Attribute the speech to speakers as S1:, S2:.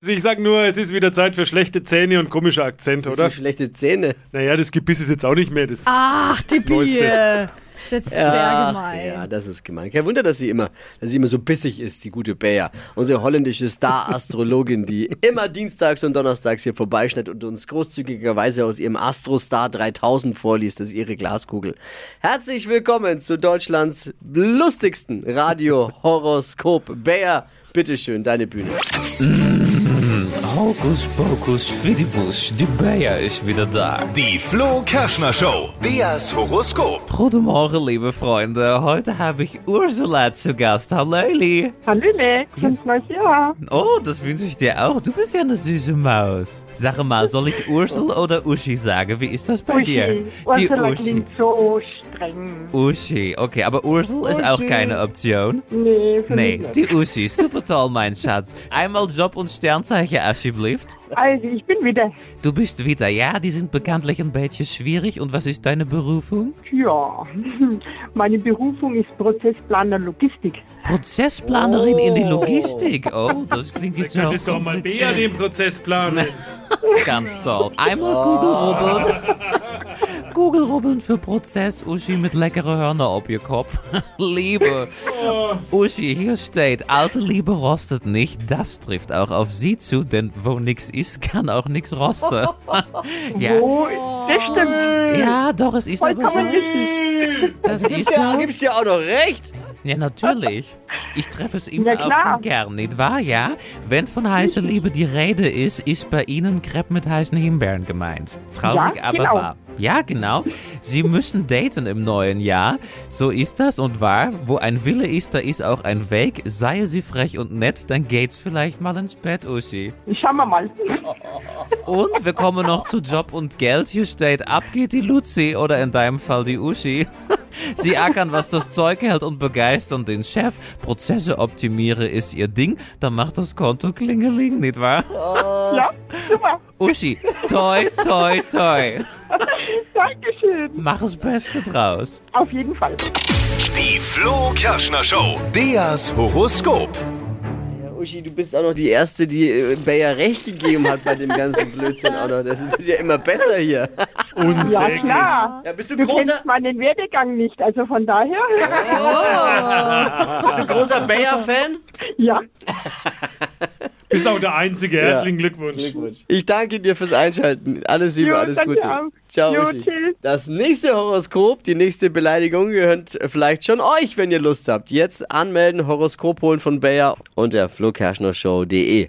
S1: Also Ich sag nur, es ist wieder Zeit für schlechte Zähne und komischer Akzent,
S2: Das
S1: oder?
S2: sind schlechte Zähne.
S1: Naja, das Gebiss ist jetzt auch nicht mehr das.
S3: Ach, die
S1: Neueste.
S3: Bier. Das ist jetzt sehr
S2: Ach,
S3: gemein.
S2: Ja, das ist gemein. Kein Wunder, dass sie immer, dass sie immer so bissig ist, die gute Bayer. Unsere holländische Star-Astrologin, die immer dienstags und donnerstags hier vorbeischneidet und uns großzügigerweise aus ihrem Astrostar 3000 vorliest. Das ist ihre Glaskugel. Herzlich willkommen zu Deutschlands lustigsten Radio-Horoskop. Bayer, bitteschön, deine Bühne.
S4: Hokus Pokus Fidibus, die Bayer ist wieder da.
S5: Die Flo Kerschner Show. Beas Horoskop.
S4: Goedemorgen, liebe Freunde. Heute habe ich Ursula zu Gast. Hallo, Eli.
S6: Hallöle, ganz neues Jahr.
S4: Oh, das wünsche ich dir auch. Du bist ja eine süße Maus. Sag mal, soll ich Ursel oder Uschi sagen? Wie ist das bei dir? Die
S6: Ursula
S4: Uschi.
S6: klingt so streng.
S4: Uschi, okay, aber Ursel ist auch keine Option.
S6: Nee, für
S4: Nee,
S6: mich nicht.
S4: die Uschi, super toll, mein Schatz. Einmal Job und Sternzeichen, alsjeblieft.
S6: Also, ich bin wieder
S4: Du bist wieder, ja, die sind bekanntlich ein bisschen schwierig. Und was ist deine Berufung?
S6: Ja. Meine Berufung ist Prozessplaner Logistik.
S4: Prozessplanerin in die Logistik. Oh, das klingt jetzt ja
S1: Könntest doch mal Bea den Prozess planen.
S4: Ganz toll. Einmal Kugelrubbeln. Kugelrubbeln für Prozess. Uschi mit leckere Hörner auf ihr Kopf. Liebe.
S1: Oh.
S4: Uschi, hier steht, alte Liebe rostet nicht. Das trifft auch auf sie zu, denn wo nix ist, kann auch nix rosten. ja.
S6: Oh, das
S2: Oh,
S6: stimmt.
S4: ja, doch, es ist aber so.
S6: Vollkommen richtig.
S4: Das ist
S2: Ja,
S4: so.
S2: gibt's ja auch noch recht.
S4: Ja, natürlich. Ich treffe es immer
S6: Ja,
S4: auf
S6: klar.
S4: den Kern, nicht wahr? Ja? Wenn von heißer Liebe die Rede ist, ist bei Ihnen Crepe mit heißen Himbeeren gemeint. Traurig,
S6: Ja,
S4: aber
S6: genau.
S4: wahr. Ja, genau. Sie müssen daten im neuen Jahr. So ist das und wahr. Wo ein Wille ist, da ist auch ein Weg. Sei sie frech und nett, dann geht's vielleicht mal ins Bett, Uschi.
S6: Schauen wir mal.
S4: Und wir kommen noch zu Job und Geld. Hier steht, ab geht die Luzi oder in deinem Fall die Uschi. Sie ackern, was das Zeug hält und begeistern den Chef. Prozesse optimiere ist ihr Ding. Dann macht das Konto klingeling, nicht wahr?
S2: Oh.
S6: Ja, super.
S4: Uschi, toi, toi, toi.
S6: Dankeschön.
S4: Mach das Beste draus.
S6: Auf jeden Fall.
S5: Die Flo Kerschner Show. Beas Horoskop.
S2: Ja, Uschi, du bist auch noch die Erste, die äh, Bayer recht gegeben hat bei dem ganzen Blödsinn auch noch. Das wird ja immer besser hier.
S6: Ja,
S1: Unsäglich.
S6: klar.
S2: Ja, bist du
S6: Du
S2: großer,
S6: kennst meinen Werdegang nicht, also von daher.
S2: Oh. bist du großer Bayer-Fan?
S6: Ja,
S1: Bist auch der Einzige. Herzlichen Glückwunsch.
S2: Ich danke dir fürs Einschalten. Alles Liebe,
S6: Jo,
S2: alles
S6: danke
S2: Gute.
S6: auch.
S2: Ciao,
S6: Jo,
S2: Uschi.
S6: tschüss.
S2: Das nächste Horoskop, die nächste Beleidigung gehört vielleicht schon euch, wenn ihr Lust habt. Jetzt anmelden, Horoskop holen von Bayer unter flokerschnershow.de.